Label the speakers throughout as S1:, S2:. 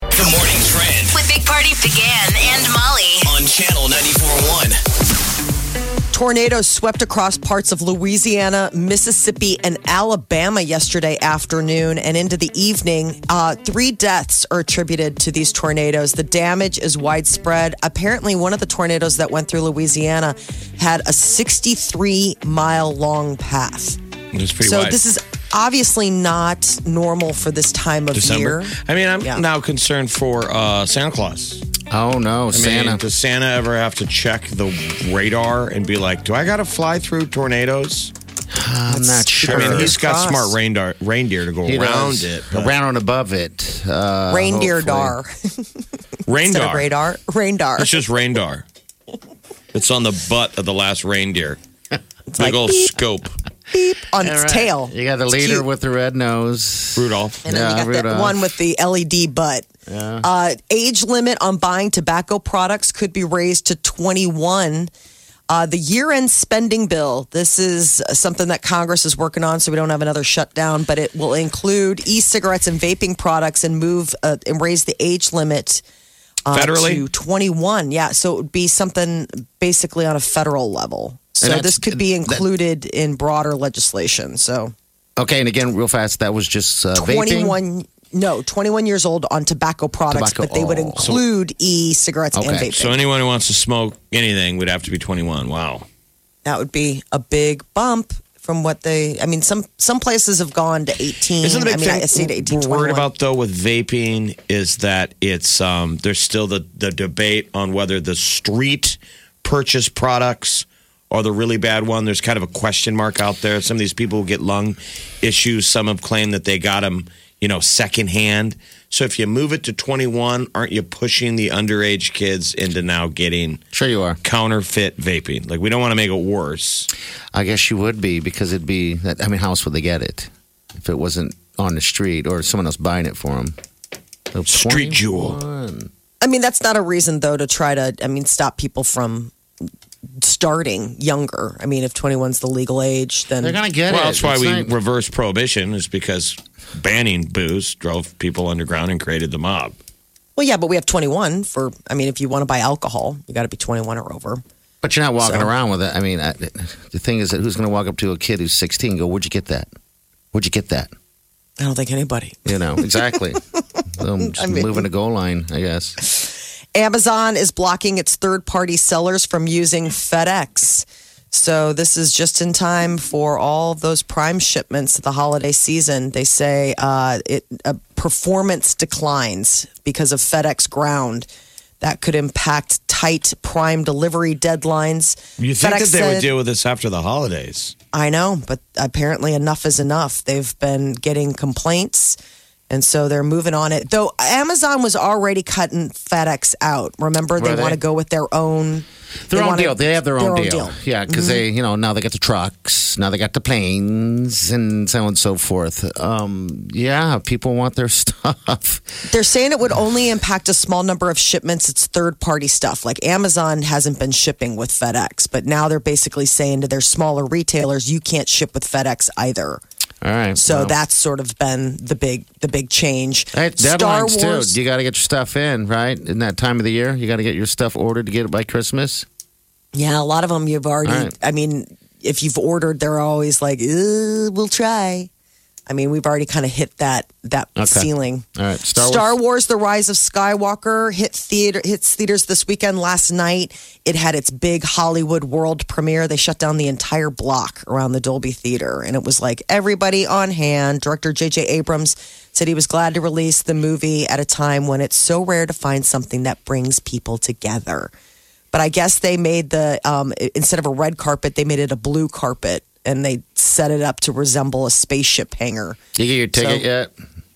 S1: The morning trend
S2: with Big Party began and Molly.
S1: on channel 94.1.
S3: Tornadoes swept across parts of Louisiana, Mississippi, and Alabama yesterday afternoon and into the evening. Uh, three deaths are attributed to these tornadoes. The damage is widespread. Apparently, one of the tornadoes that went through Louisiana had a 63 mile long path.
S4: It's pretty
S3: so,
S4: wide.
S3: this is obviously not normal for this time of
S4: December. Uh,
S3: year.
S4: I mean, I'm
S3: Yeah.
S4: now concerned for uh, Santa Claus.
S5: Oh no,
S4: I mean,
S5: Santa.
S4: does Santa ever have to check the radar and be like, "Do I got to fly through tornadoes?"
S5: I'm not sure.
S4: I mean, he's
S3: Fingers
S4: got
S3: crossed.
S4: smart reindeer reindeer to go
S5: He
S4: around
S5: does.
S4: it.
S5: around and above it. Uh,
S3: Reindeer
S5: hopefully.
S3: dar. Instead of
S4: Radar.
S3: radar, radar.
S4: It's just radar. It's on the butt of the last reindeer. Big
S3: like
S4: old
S3: beep.
S4: scope.
S3: Beep on
S5: All
S3: its
S5: right.
S3: tail.
S5: You got the
S3: It's
S5: leader
S3: cute.
S5: with the red nose.
S4: Rudolph.
S3: And then
S5: Yeah,
S3: you got the
S5: Rudolph.
S3: one with the LED butt. Uh, age limit on buying tobacco products could be raised to 21. Uh, the year end spending bill. This is something that Congress is working on, so we don't have another shutdown, but it will include e cigarettes and vaping products and move uh, and raise the age limit uh,
S4: Federally?
S3: to 21. Yeah, so it would be something basically on a federal level. So
S5: that's-
S3: this could be
S5: that-
S3: included in broader legislation. So
S5: Okay, and again, real fast. That was just uh, vaping?
S3: 21 no 21 years old on tobacco products
S5: Tobacco,
S3: but they would
S5: oh.
S3: include e-cigarettes and
S5: Okay,
S3: vaping
S4: So anyone who wants to smoke anything would have to be 21. Wow.
S3: that would be a big bump from what they i mean some some places have gone to 18
S4: Isn't the
S3: i
S4: big
S3: mean
S4: thing
S3: i see to 18
S4: we're worried
S3: 21.
S4: about though with vaping is that it's um, there's still the the debate on whether the street purchase products are the really bad one. There's kind of a question mark out there. Some of these people who get lung issues. Some have claimed that they got them, you know, secondhand. So if you move it to 21, aren't you pushing the underage kids into now getting
S5: Sure, you are.
S4: counterfeit vaping? Like we don't want to make it worse.
S5: I guess you would be because it'd be. I mean, how else would they get it if it wasn't on the street or someone else buying it for Oh, them?
S4: Street jewel.
S3: i mean that's not a reason though to try to i mean stop people from starting younger i mean if 21's the legal age then
S5: They're gonna get
S4: Well,
S5: it.
S4: that's why
S5: It's
S4: we
S5: not-
S4: reversed prohibition is because banning booze drove people underground and created the mob.
S3: well yeah but we have 21 for i mean if you want to buy alcohol you got to be 21 or over
S5: But you're not walking
S3: So-
S5: around with it. I mean, I, the thing is that who's going to walk up to a kid who's 16 and go, "Where'd you get that? Where'd you get that?"
S3: i don't think anybody
S5: You know exactly. so I'm just
S3: I mean-
S5: moving the goal line, I guess.
S3: Amazon is blocking its third party sellers from using FedEx. So this is just in time for all of those prime shipments of the holiday season. They say uh, it uh, performance declines because of FedEx ground. That could impact tight prime delivery deadlines.
S4: You think
S3: FedEx
S4: that they
S3: said-
S4: would deal with this after the holidays?
S3: I know, but apparently enough is enough. They've been getting complaints, and so they're moving on it. Though Amazon was already cutting FedEx out. Remember, they
S5: Were they?
S3: want to go with their own.
S5: Their
S3: they
S5: own
S3: wanna-
S5: deal. They have their, own, deal. Yeah, because they,
S3: Mm-hmm.
S5: you know, now they got the trucks, now they got the planes, and so on and so forth. Um, yeah, people want their stuff.
S3: They're saying it would only impact a small number of shipments. It's third party stuff. Like Amazon hasn't been shipping with FedEx, but now they're basically saying to their smaller retailers, you can't ship with FedEx either.
S5: All right.
S3: So
S5: well.
S3: that's sort of been the big the big change.
S5: Hey, deadlines too. You got to get your stuff in, right? In that time of the year, you got to get your stuff ordered to get it by Christmas.
S3: Yeah, a lot of them you've already.
S5: All right.
S3: I mean, if you've ordered, they're always like, "Uh, "We'll try." I mean, we've already kind of hit that that
S5: Okay.
S3: ceiling.
S5: All right, Star Wars.
S3: Wars: The Rise of Skywalker hit theater hits theaters this weekend. Last night, it had its big Hollywood world premiere. They shut down the entire block around the Dolby Theater, and it was like everybody on hand. Director J.J. Abrams said he was glad to release the movie at a time when it's so rare to find something that brings people together. But I guess they made the um, i- instead of a red carpet, they made it a blue carpet, and they set it up to resemble a spaceship hangar.
S5: You get your ticket
S3: So-
S5: yet?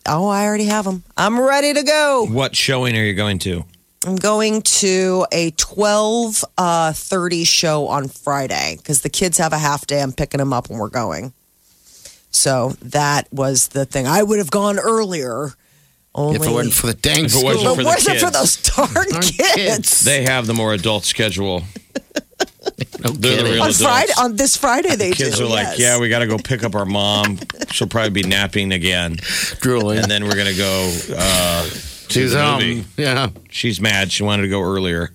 S3: Oh, I already have them. I'm ready to go.
S4: What showing are you going to?
S3: I'm going to a 12 uh, 30 show on Friday because the kids have a half day. I'm picking them up and we're going. So that was the thing. I would have gone earlier. Only
S5: If it wasn't for the dang
S4: If it
S5: school.
S4: wasn't
S3: but
S4: for the
S3: was it for
S4: kids.
S3: those darn
S5: Darn
S3: kids?
S5: kids.
S4: They have the more adult schedule.
S5: No
S4: They're the
S5: kidding.
S4: real-
S3: on
S4: adults.
S3: Friday, on this Friday, they
S4: Kids
S3: do,
S4: are
S3: yes.
S4: like, yeah, we got to go pick up our mom. She'll probably be napping again,
S5: drooling.
S4: and then we're gonna go uh, to
S5: She's
S4: the
S5: um,
S4: movie.
S5: yeah.
S4: She's mad. She wanted to go earlier.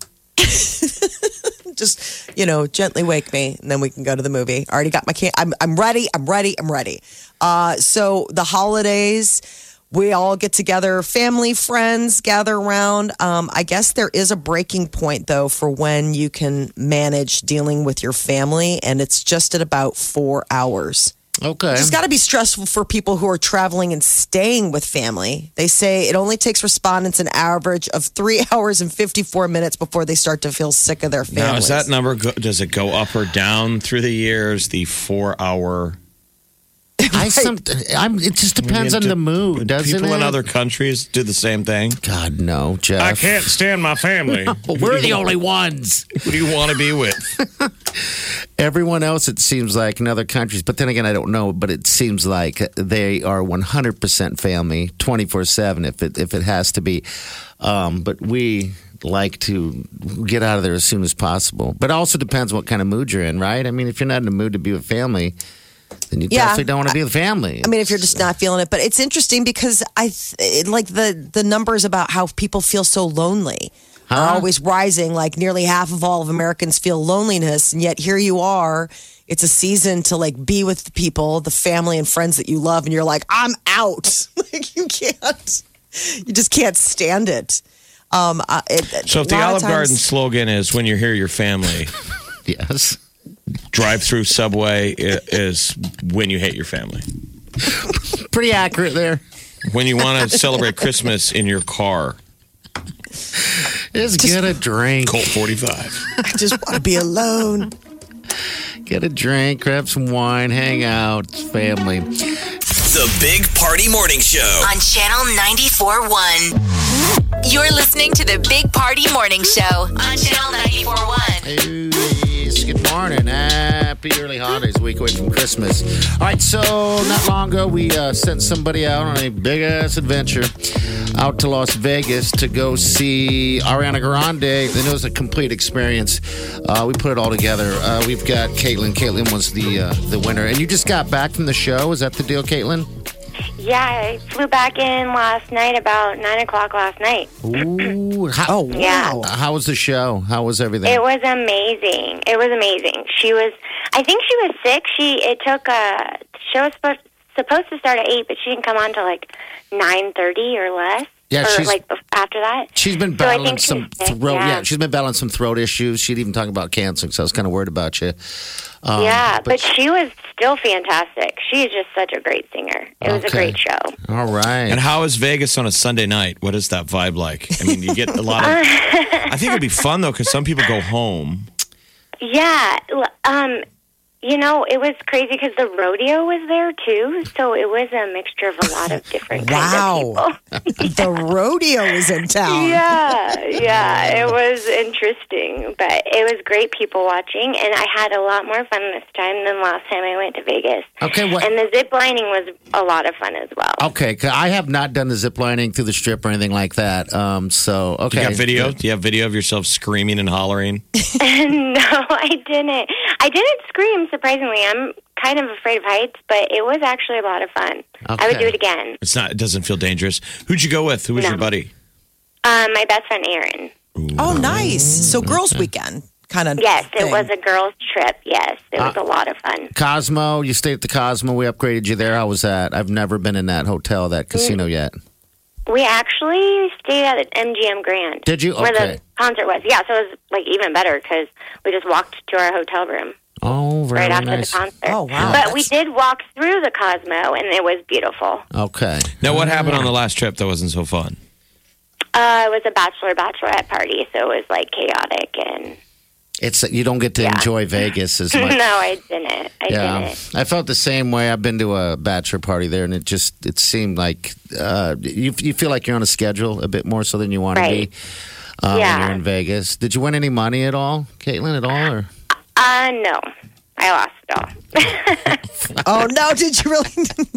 S3: just you know gently wake me and then we can go to the movie I already got my can I'm, I'm ready i'm ready i'm ready uh, so the holidays we all get together family friends gather around um, i guess there is a breaking point though for when you can manage dealing with your family and it's just at about four hours
S5: Okay.
S3: it's got to be stressful for people who are traveling and staying with family. They say it only takes respondents an average of three hours and 54 minutes before they start to feel sick of their families.
S4: Now, is that number go- does it go up or down through the years? The four hour
S5: I some, I'm, it just depends on the mood, doesn't
S4: people
S5: it?
S4: in other countries do the same thing.
S5: God, no, Jeff.
S4: stand my family.
S5: Well, we're the only ones.
S4: Who do you want to be with?
S5: Everyone else, it seems like in other countries, but then again, I don't know. But it seems like they are 100% family, 24 seven, if it if it has to be. Um, but we like to get out of there as soon as possible. But it also depends what kind of mood you're in, right? I mean, if you're not in a mood to be with family, then you
S3: Yeah.
S5: definitely don't want to be with family.
S3: I mean, if you're just not feeling it, but it's interesting because I th- it- like the the numbers about how people feel so lonely are
S5: Huh?
S3: always rising. Like nearly half of all of Americans feel loneliness, and yet here you are. It's a season to like be with the people, the family and friends that you love, and you're like, I'm out. like you can't, you just can't stand it. Um, I- it
S4: So if
S3: a
S4: the
S3: lot
S4: Olive
S3: of times-
S4: Garden slogan is "When you're here, your family,"
S5: yes.
S4: drive-through Subway i- is "When you hate your family."
S5: Pretty accurate there.
S4: When you want to celebrate Christmas in your car,
S5: Just get a drink.
S4: Colt 45.
S3: I just want to be alone.
S5: Get a drink, grab some wine, hang out, it's family.
S1: The Big Party Morning Show.
S2: on Channel 94.1. You're listening to the Big Party Morning Show on Channel 94.1.
S5: Yes, Good morning. Happy early holidays, week away from Christmas. All right, so not long ago, we uh, sent somebody out on a big ass adventure out to Las Vegas to go see Ariana Grande. And it was a complete experience. Uh, we put it all together. Uh, we've got Caitlin. Caitlin was the uh, the winner. And you just got back from the show. Is that the deal, Caitlin?
S6: Yeah, I flew back in last night about nine o'clock last night.
S5: Ooh, how,
S3: Oh
S6: Yeah.
S3: wow!
S5: how was the show? How was everything?
S6: It was amazing. It was amazing. She was. I think she was sick. She it took a show was supposed supposed to start at eight, but she didn't come on till like nine thirty or less.
S5: Yeah,
S6: or
S5: she's-
S6: like bef- after that.
S5: She's been
S6: So I
S5: battling
S6: think she's
S5: some
S6: sick,
S5: throat. Yeah.
S6: yeah.
S5: she's been battling some throat issues. She'd even talk about cancer, so I was kind of worried about you. Um,
S6: yeah, but, she was still fantastic. She is just such a great singer. It was a
S5: Okay.
S6: great show.
S5: all right.
S4: And how is Vegas on a Sunday night? What is that vibe like? I mean, you get a lot of. I think it'd be fun though, because some people go home.
S6: Yeah, l- um, you know, it was crazy because the rodeo was there too, so it was a mixture of a lot of different
S3: Wow.
S6: kinds of people.
S3: The rodeo is in town.
S6: yeah, yeah, it was interesting, but it was great people watching, and I had a lot more fun this time than last time I went to Vegas.
S5: Okay, what- Oh.
S6: And the zip lining was a lot of fun as well.
S5: Okay, 'cause I have not done the zip lining through the strip or anything like that. Um, so
S4: Do
S5: okay,
S4: you got video? Do you have video of yourself screaming and hollering?
S6: no, I didn't. I didn't scream. Surprisingly, I'm kind of afraid of heights, but it was actually a lot of fun. I would
S5: Okay.
S6: do it again.
S4: It's not. It doesn't feel dangerous. Who'd you go with? Who was your
S6: No.
S4: buddy?
S6: Um, my best friend Erin.
S3: Oh, nice. So girls' weekend kind of.
S6: Yes, it was a girls' trip. Yes, it was
S5: Uh,
S6: a lot of fun.
S5: Cosmo, you stayed at the Cosmo. We upgraded you there. How was that? I've never been in that hotel,
S6: Mm.
S5: that casino yet.
S6: We actually stayed at MGM Grand.
S5: Did you?
S6: Where
S5: Okay.
S6: the concert was. Yeah, so it was like even better because we just walked to our hotel room
S5: Oh, very
S6: right after
S5: nice.
S6: the concert.
S3: Oh, wow.
S6: But we
S3: That's-
S6: did walk through the Cosmo, and it was beautiful.
S5: Okay.
S4: Now, what happened on the last trip that wasn't so fun?
S6: Uh, it was a bachelor bachelorette party, so it was like chaotic and
S5: It's you don't get to enjoy Vegas as
S6: no,
S5: much.
S6: I didn't. I
S5: Yeah,
S6: didn't.
S5: I felt the same way. I've been to a bachelor party there, and it just it seemed like uh, you you feel like you're on a schedule a bit more so than you want to
S6: Right.
S5: be uh, when
S6: Yeah.
S5: you're in Vegas. Did you win any money at all, Caitlin? At all? Or?
S6: Uh, no. I lost it all.
S3: Oh no! Did you really?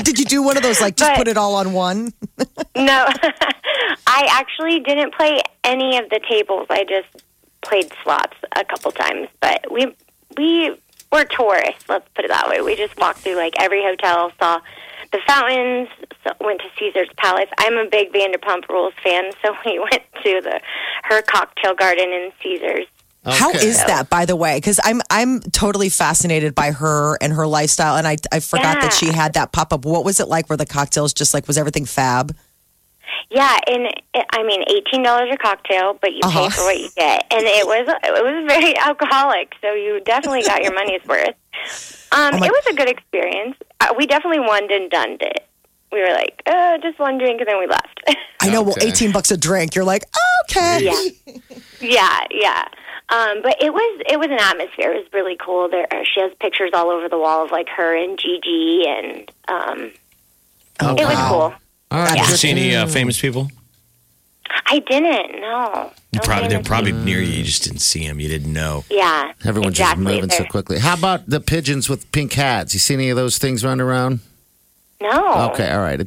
S3: did you do one of those like just
S6: But-
S3: put it all on one?
S6: no. I actually didn't play any of the tables. I just played slots a couple times, but we we were tourists, let's put it that way. We just walked through like every hotel, saw the fountains, so went to Caesar's Palace. I'm a big Vanderpump Rules fan, so we went to the her cocktail garden in Caesar's.
S3: How
S5: Okay.
S3: is that, by the way? Because I'm I'm totally fascinated by her and her lifestyle, and I I forgot that she
S6: Yeah.
S3: had that pop up. What was it like? Were the cocktails just like was everything fab?
S6: Yeah, and it, I mean, eighteen dollars a cocktail, but you
S3: Uh-huh.
S6: pay for what you get, and it was it was very alcoholic, so you definitely got your money's worth. Um,
S5: Oh
S3: my-
S6: it was a good experience. Uh, we definitely one and done it. We were like, uh, just one drink, and then we left.
S3: I know. Well,
S5: Okay.
S3: eighteen bucks a drink. You're like, okay.
S6: Yeah. yeah, yeah. Um, but it was it was an atmosphere. It was really cool. There, uh, she has pictures all over the wall of like her and Gigi, and um,
S5: Oh,
S6: it was cool.
S5: All right.
S4: Did you see any uh, famous people?
S6: I didn't. No. No
S4: Probably, they're
S6: famous-
S4: probably near you. You just didn't see them. You didn't know.
S6: Yeah.
S5: Everyone's
S6: exactly.
S5: just moving so
S6: They're-
S5: quickly. How about the pigeons with pink hats? You see any of those things running around?
S6: No.
S5: Okay, all right.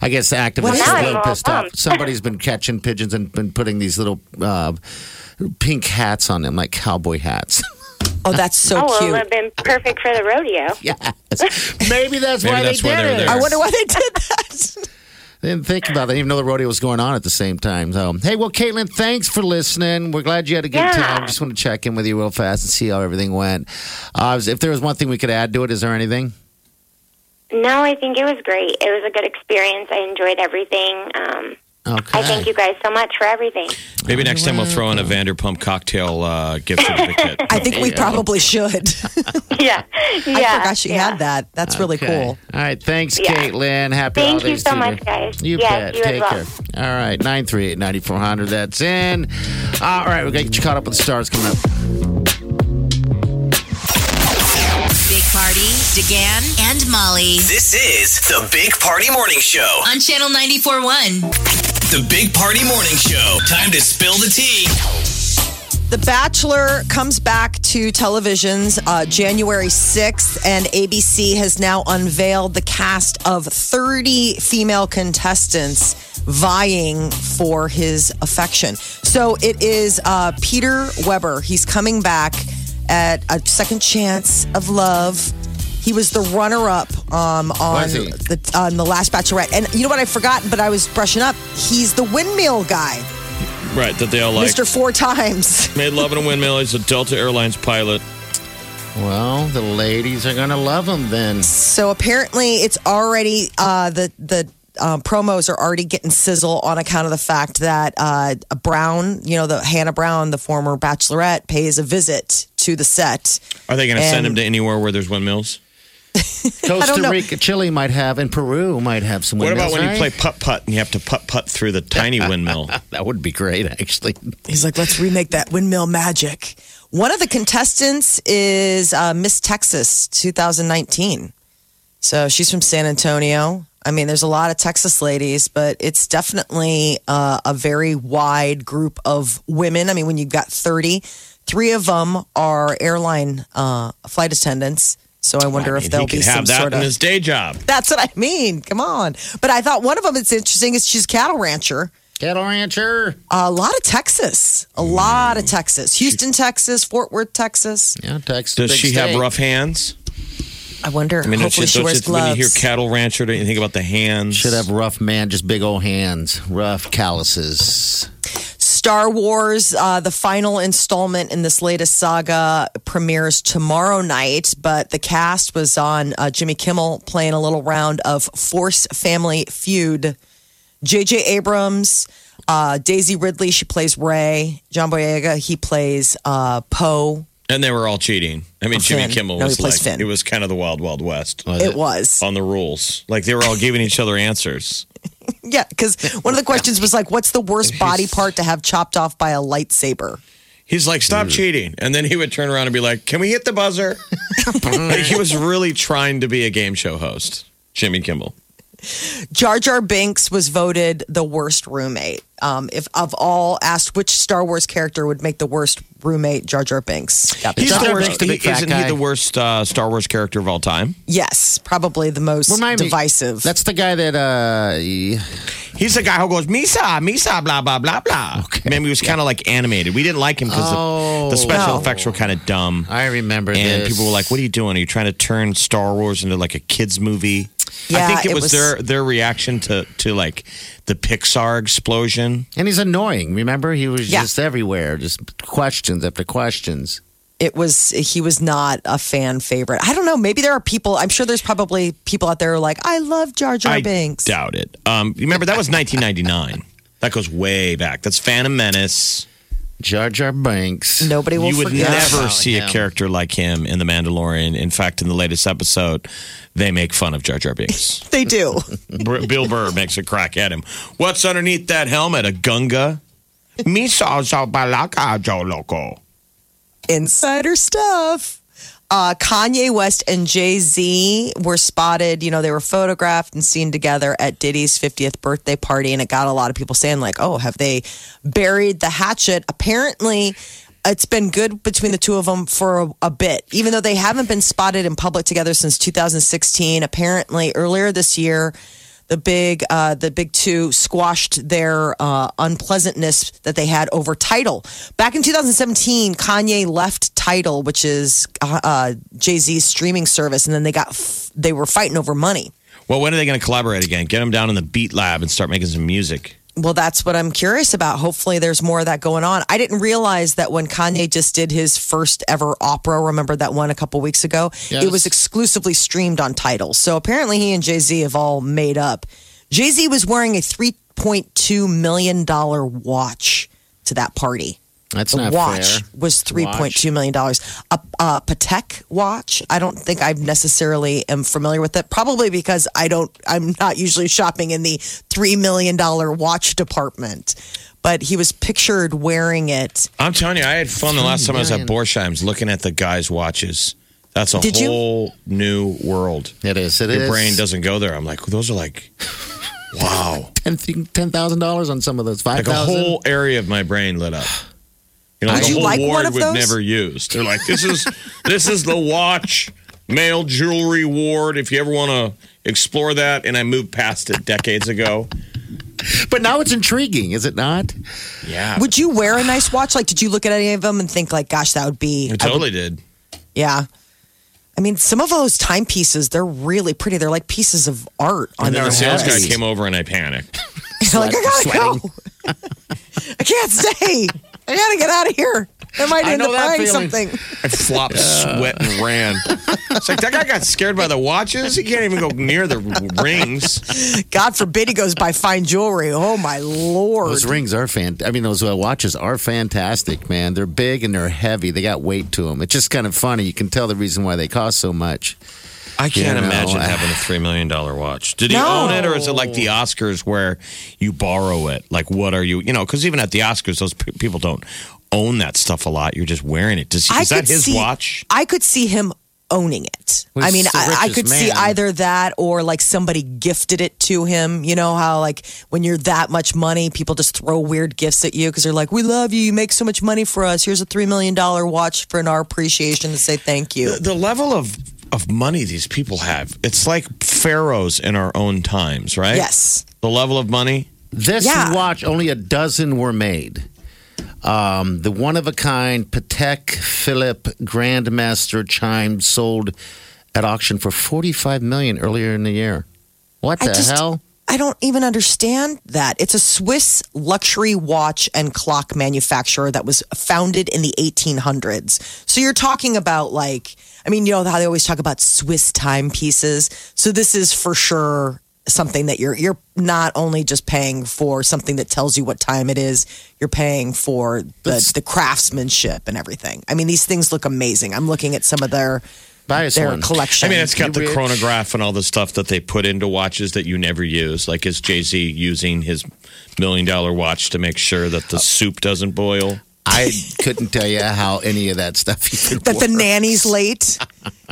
S5: I guess the activists
S3: Well, now
S5: are a
S6: I'm
S5: little
S6: all
S5: pissed off.
S6: pumped.
S5: Somebody's been catching pigeons and been putting these little uh, pink hats on them, like cowboy hats.
S3: Oh, that's so
S6: Oh, well, it
S3: cute.
S6: would have been perfect for the rodeo.
S5: yes. Maybe that's
S4: Maybe
S5: why
S4: that's
S5: they
S4: why
S5: did
S4: they were
S5: it.
S4: there.
S3: I wonder why they did that.
S5: They didn't think about it. They didn't even know the rodeo was going on at the same time. So, hey, well, Caitlin, thanks for listening. We're glad you had a good
S6: Yeah.
S5: time. Just want to check in with you real fast and see how everything went. Uh, if there was one thing we could add to it, is there anything?
S6: No, I think it was great. It was a good experience. I enjoyed everything. Um,
S5: Okay.
S6: I thank you guys so much for everything.
S4: Maybe next time we'll throw in a Vanderpump cocktail uh, gift certificate.
S3: I think we probably should.
S6: yeah. Yeah.
S3: I forgot she
S6: yeah.
S3: had that. That's really
S5: Okay.
S3: cool.
S5: All right. Thanks,
S6: Yeah.
S5: Caitlin. Happy
S6: Thank you
S5: holidays
S6: so
S5: to
S6: much, guys.
S5: You
S6: Yes,
S5: bet.
S6: you as
S5: Take
S6: well.
S5: care. All right. 938 9400. That's in. Uh, All right. We're going to get you caught up with the stars coming up.
S2: Big Party, DeGan, and Molly
S1: This is the Big Party Morning Show.
S2: on Channel 94.1.
S1: The Big Party Morning Show. Time to spill the tea.
S3: The Bachelor comes back to televisions uh, January 6th, and ABC has now unveiled the cast of 30 female contestants vying for his affection. So it is uh, Peter Weber. He's coming back at a second chance of love. He was the runner-up um, on
S5: Was he?
S3: the on the last Bachelorette, and you know what? I forgot, but I was brushing up. He's the windmill guy,
S4: Right, that they all like.
S3: Mister Four Times.
S4: Made love in a windmill. He's a Delta Airlines pilot.
S5: Well, the ladies are going to love them then.
S3: So apparently, it's already uh, the the um, promos are already getting sizzle on account of the fact that uh, Brown, you know, the Hannah Brown, the former Bachelorette, pays a visit to the set.
S4: Are they going to send him
S3: And-
S4: to anywhere where there's windmills?
S3: don't
S5: Costa
S3: know.
S5: Rica, Chile might have, and Peru might have some
S4: What about
S5: windmills,
S4: when you
S5: right?
S4: play Ah, putt putt and you have to putt putt through the tiny windmill?
S5: That would be great, actually.
S3: He's like, let's remake that windmill magic. One of the contestants is uh, Miss Texas 2019. So she's from San Antonio. I mean, there's a lot of Texas ladies, but it's definitely uh, a very wide group of women. I mean, when you've got 30, three of them are airline uh, flight attendants. So I wonder if
S4: he
S3: there'll
S4: could
S3: be some
S4: have that
S3: sort
S4: in
S3: of.
S4: his day job.
S3: That's what I mean. Come on. But I thought one of them that's interesting is she's a cattle rancher.
S5: Cattle rancher.
S3: A lot of Texas. A lot of Texas.
S4: Mm.
S3: Houston, Texas, Fort Worth, Texas.
S5: Yeah, Texas.
S4: Does
S5: big
S4: she have
S5: state.
S4: rough hands?
S3: I wonder.
S4: I mean, don't
S3: Hopefully
S4: you-
S3: she
S4: don't
S3: wears
S4: you- when you
S3: gloves.
S4: hear cattle rancher, don't you think about the hands?
S5: Should have rough man, just big old hands, rough calluses.
S3: Star Wars, uh, the final installment in this latest saga, premieres tomorrow night. But the cast was on uh, Jimmy Kimmel playing a little round of Force Family Feud. J.J. Abrams, uh, Daisy Ridley, she plays Ray. John Boyega, he plays uh, Poe.
S4: And they were all cheating. I mean,
S3: Or
S4: Jimmy
S3: Finn.
S4: Kimmel
S3: No, he
S4: was
S3: plays
S4: like,
S3: Finn.
S4: it was kind of the wild, wild west
S3: It was.
S4: on the rules. Like they were all giving each other answers.
S3: Yeah, because one of the questions was like, "What's the worst body part to have chopped off by a lightsaber?"
S4: He's like, stop cheating. And then he would turn around and be like, can we hit the buzzer? Like, he was really trying to be a game show host, Jimmy Kimmel.
S3: Jar Jar Binks was voted the worst roommate. Um, if of all asked which Star Wars character would make the worst roommate, Jar Jar Binks. got picked.
S5: He's- Jar Jar Binks, the big
S4: he-
S5: fat
S4: isn't
S5: guy.
S4: he the worst uh, Star Wars character of all time?
S3: yes, probably the most
S5: Remind me,
S3: divisive.
S5: That's the guy that uh, he-
S4: He's the guy who goes Misa, Misa, blah blah blah blah. Okay. Oh, Man, he was kind of like animated. We didn't like him because the, the special
S3: No.
S4: effects were kind of dumb,
S5: I remember.
S4: and
S5: this.
S4: people were like, "What are you doing? Are you trying to turn Star Wars into like a kids movie?" I
S3: Yeah,
S4: think it,
S3: it
S4: was,
S3: was-
S4: their their reaction to to like the Pixar explosion.
S5: And he's annoying. Remember, he was
S3: Yeah.
S5: just everywhere, just questions after questions.
S3: it was he was not a fan favorite. I don't know. Maybe there are people. I'm sure there's probably people out there who are like, I love Jar Jar
S4: I
S3: Binks.
S4: doubt it. Um, you remember that was 1999. that goes way back. That's Phantom Menace.
S5: Jar Jar Banks.
S3: Nobody will
S4: you would
S3: forget.
S4: never
S5: about
S4: see
S5: him.
S4: a character like him in The Mandalorian. In fact, in the latest episode, they make fun of Jar Jar Binks.
S3: They do.
S4: Br- Bill Burr makes a crack at him. What's underneath that helmet? A Gunga? Miso so balaka jo loco.
S3: insider stuff. Uh, Kanye West and Jay Z were spotted. You know, they were photographed and seen together at Diddy's 50th birthday party, and it got a lot of people saying, like, oh, have they buried the hatchet? Apparently, it's been good between the two of them for a, a bit, even though they haven't been spotted in public together since 2016. Apparently, earlier this year, the big uh, the big two squashed their uh, unpleasantness that they had over title back in 2017 kanye left title which is uh, uh, jay-z's streaming service and then they got f- they were fighting over money
S4: Well, when are they going to collaborate again? Get them down in the Beat Lab and start making some music.
S3: well that's what i'm curious about hopefully there's more of that going on i didn't realize that when kanye just did his first ever opera remember that one a couple weeks ago it
S5: Yes.
S3: was exclusively streamed on title so apparently he and jay-z have all made up jay-z was wearing a 3.2 million dollar watch to that party
S5: That's
S3: the
S5: not
S3: watch
S5: fair.
S3: was three point two million dollars. A, a Patek watch. I don't think I necessarily am familiar with it. Probably because I don't. I'm not usually shopping in the three million dollar watch department. But he was pictured wearing it.
S4: I'm telling you, I had fun the last time I was at Borsheim's looking at the guys' watches. That's a
S3: Did you-
S4: whole new world.
S5: It is. It
S4: Your
S5: is.
S4: brain doesn't go there. I'm like, those are like, wow.
S5: ten ten thousand dollars on some of those.
S4: Like
S5: Five
S4: a
S5: thousand.
S4: whole area of my brain lit up. You know, like
S3: Would
S4: a
S3: you
S4: whole
S3: like one
S4: ward
S3: of
S4: we've
S3: those?
S4: never used. They're like, this is this is the watch male jewelry ward. If you ever want to explore that, and I moved past it decades ago.
S5: But now it's intriguing, is it not?
S4: Yeah,
S3: Would you wear a nice watch? Like, did you look at any of them and think, like, gosh, that would be?
S4: I
S3: I would-
S4: totally did.
S3: yeah. I mean, some of those timepieces, they're really pretty. They're like pieces of art on
S4: And then
S3: their
S4: the sales guy
S3: wrist.
S4: came over and I panicked.
S3: You're like, I gotta go. I can't stay. I gotta get out of here. I might
S5: I
S3: end
S5: know
S3: up
S5: that
S3: buying
S5: feeling.
S3: something.
S4: I flopped, sweat, and ran. It's like that guy got scared by the watches. He can't even go near the rings.
S3: God forbid he goes by fine jewelry. Oh my lord.
S5: Those rings are fan. I mean, those uh, watches are fantastic, man. They're big and they're heavy. They got weight to them. It's just kind of funny. You can tell the reason why they cost so much.
S4: I can't
S5: You know,
S4: imagine
S5: I-
S4: having a three million dollar watch. Did he
S3: No.
S4: own it, or is it like the Oscars where you borrow it? Like, what are you? You know, because even at the Oscars, those pe- people don't own that stuff a lot. You're just wearing it. Does he,
S3: I
S4: is that
S3: could
S4: his
S3: see-
S4: watch?
S3: I could see him owning it.
S5: Well,
S3: I mean,
S5: he's the
S3: I, I
S5: richest
S3: could see
S5: man.
S3: either that or like somebody gifted it to him. You know how like when you're that much money, people just throw weird gifts at you because they're like, "We love you. You make so much money for us. Here's a three million dollar watch for an our appreciation to say thank you."
S4: The level of of money these people have, it's like pharaohs in our own times, right?
S3: Yes.
S4: The level of money.
S5: This
S3: Yeah.
S5: watch, only a dozen were made. Um, the one of a kind Patek Philip Grandmaster chime sold at auction for forty-five million earlier in the year. What the
S3: I just,
S5: hell?
S3: I don't even understand that. It's a Swiss luxury watch and clock manufacturer that was founded in the 1800s. So you're talking about like, I mean, you know how they always talk about Swiss timepieces. So this is for sure something that you're you're not only just paying for something that tells you what time it is, you're paying for the the craftsmanship and everything. I mean, these things look amazing. I'm looking at some of their
S5: Buy us
S3: their
S5: one.
S3: collection.
S4: I mean, it's got the
S5: You rich.
S4: chronograph and all the stuff that they put into watches that you never use. Like, is Jay Z using his million dollar watch to make sure that the soup doesn't boil?
S5: I couldn't tell you how any of that stuff even
S3: that the
S5: works.
S3: nanny's late.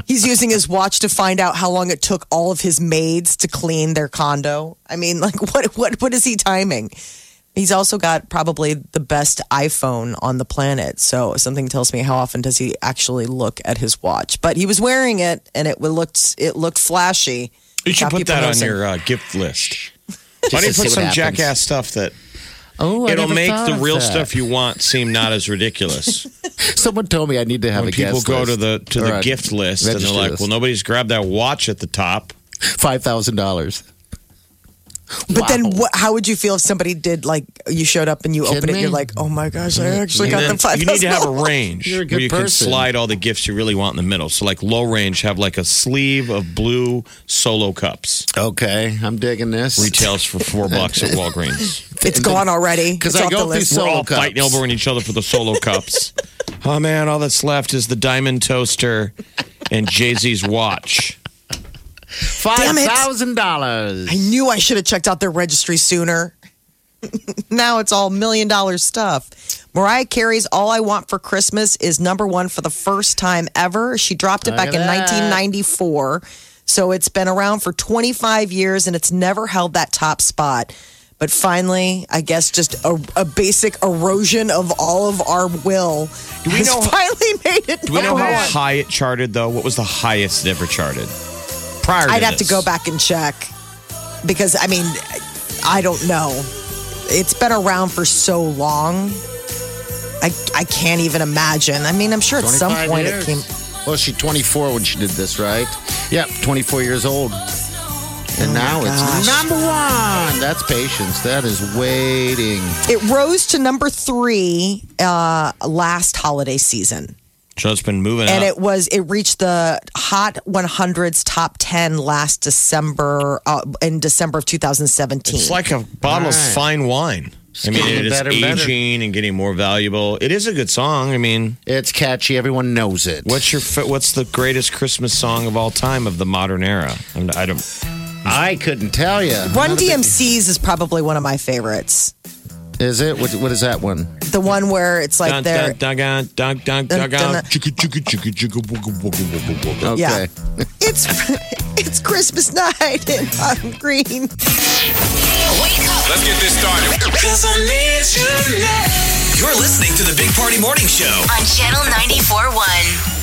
S3: He's using his watch to find out how long it took all of his maids to clean their condo. I mean, like what what what is he timing? He's also got probably the best iPhone on the planet. So something tells me how often does he actually look at his watch? But he was wearing it and it looked it looked flashy.
S4: You should
S3: Got
S4: put
S3: people
S4: that on
S3: noticing.
S4: your uh, gift list.
S5: Just
S4: Why don't you
S5: to
S4: put
S5: see
S4: some
S5: what happens.
S4: jackass stuff that
S5: Oh, I
S4: it'll
S5: never
S4: make
S5: thought
S4: the
S5: of
S4: real
S5: that.
S4: stuff you want seem not as ridiculous.
S5: Someone told me I need to have
S4: when
S5: a
S4: people
S5: guest
S4: go
S5: list
S4: to the to
S5: or
S4: the
S5: a
S4: gift list and they're
S5: register
S4: like,
S5: list.
S4: "Well, nobody's grabbed that watch at the top."
S5: five thousand dollars.
S3: But then what, how would you feel if somebody did like you showed up and you
S5: Kidding
S3: open it
S5: me?
S3: you're like, "Oh my gosh, I actually got the
S4: And then
S3: 5
S4: Mm-hmm. you need to have a range
S5: You're a
S4: where
S5: good
S4: you can
S5: person.
S4: slide all the gifts you really want in the middle. So, like low range, have like a sleeve of blue solo cups.
S5: Okay, I'm digging this.
S4: Retails for four bucks at Walgreens.
S3: It's gone already.
S5: Because
S3: It's
S5: I
S3: off
S5: go
S3: the
S5: through
S3: list.
S4: We're
S5: solo
S4: all
S5: cups.
S4: fighting over each other for the solo cups. Oh man, all that's left is the diamond toaster and Jay Z's watch.
S5: five
S3: Damn it.
S5: thousand dollars.
S3: I knew I should have checked out their registry sooner. now it's all million dollar stuff. Mariah Carey's All I Want for Christmas is number one for the first time ever. She dropped it
S5: Look
S3: back
S5: at
S3: in
S5: that.
S3: 1994. So it's been around for 25 years and it's never held that top spot. But finally, I guess just a, a basic erosion of all of our will
S4: we
S3: has
S4: know-
S3: finally made it.
S4: Do we know
S3: number
S4: how
S3: one.
S4: high it charted though? What was the highest it ever charted? Prior,
S3: I'd have to
S4: this?
S3: go back and check because I mean, I don't know. It's been around for so long. I I can't even imagine. I mean, I'm sure at some
S5: 25
S3: point
S5: years.
S3: it came.
S5: Well, she's 24 when she did this, right? Yep, 24 years old. And now it's
S3: Oh gosh.
S5: number one. That's patience. That is waiting.
S3: It rose to number three uh, last holiday season,
S4: So it's been moving.
S3: and
S4: up.
S3: it was it reached the Hot 100's top ten last December uh, in December of 2017.
S4: It's like a bottle
S5: All
S4: of
S5: right.
S4: fine wine. I mean,
S5: getting
S4: it is
S5: better and better.
S4: aging and getting more valuable. It is a good song. I mean,
S5: It's catchy. Everyone knows it.
S4: what's your fa- what's the greatest Christmas song of all time of the modern era? I'm, I don't.
S5: I couldn't tell you.
S3: Run DMC's is probably one of my favorites.
S5: Is it? What, what is that one?
S3: The one where it's like
S4: Dun,
S3: they're
S4: dun, dun, dun, dun,
S3: Dun,
S4: dun, dun,
S3: dun,
S4: dun.
S3: dun.
S4: Chicka, chicka, chicka, chicka, wugga, wugga, wugga, wugga.
S5: Okay.
S3: Yeah. It's it's Christmas night and I'm green.
S2: Wake up.
S1: Let's get this started. You're listening to the Big Party Morning Show.
S2: on Channel 94.1.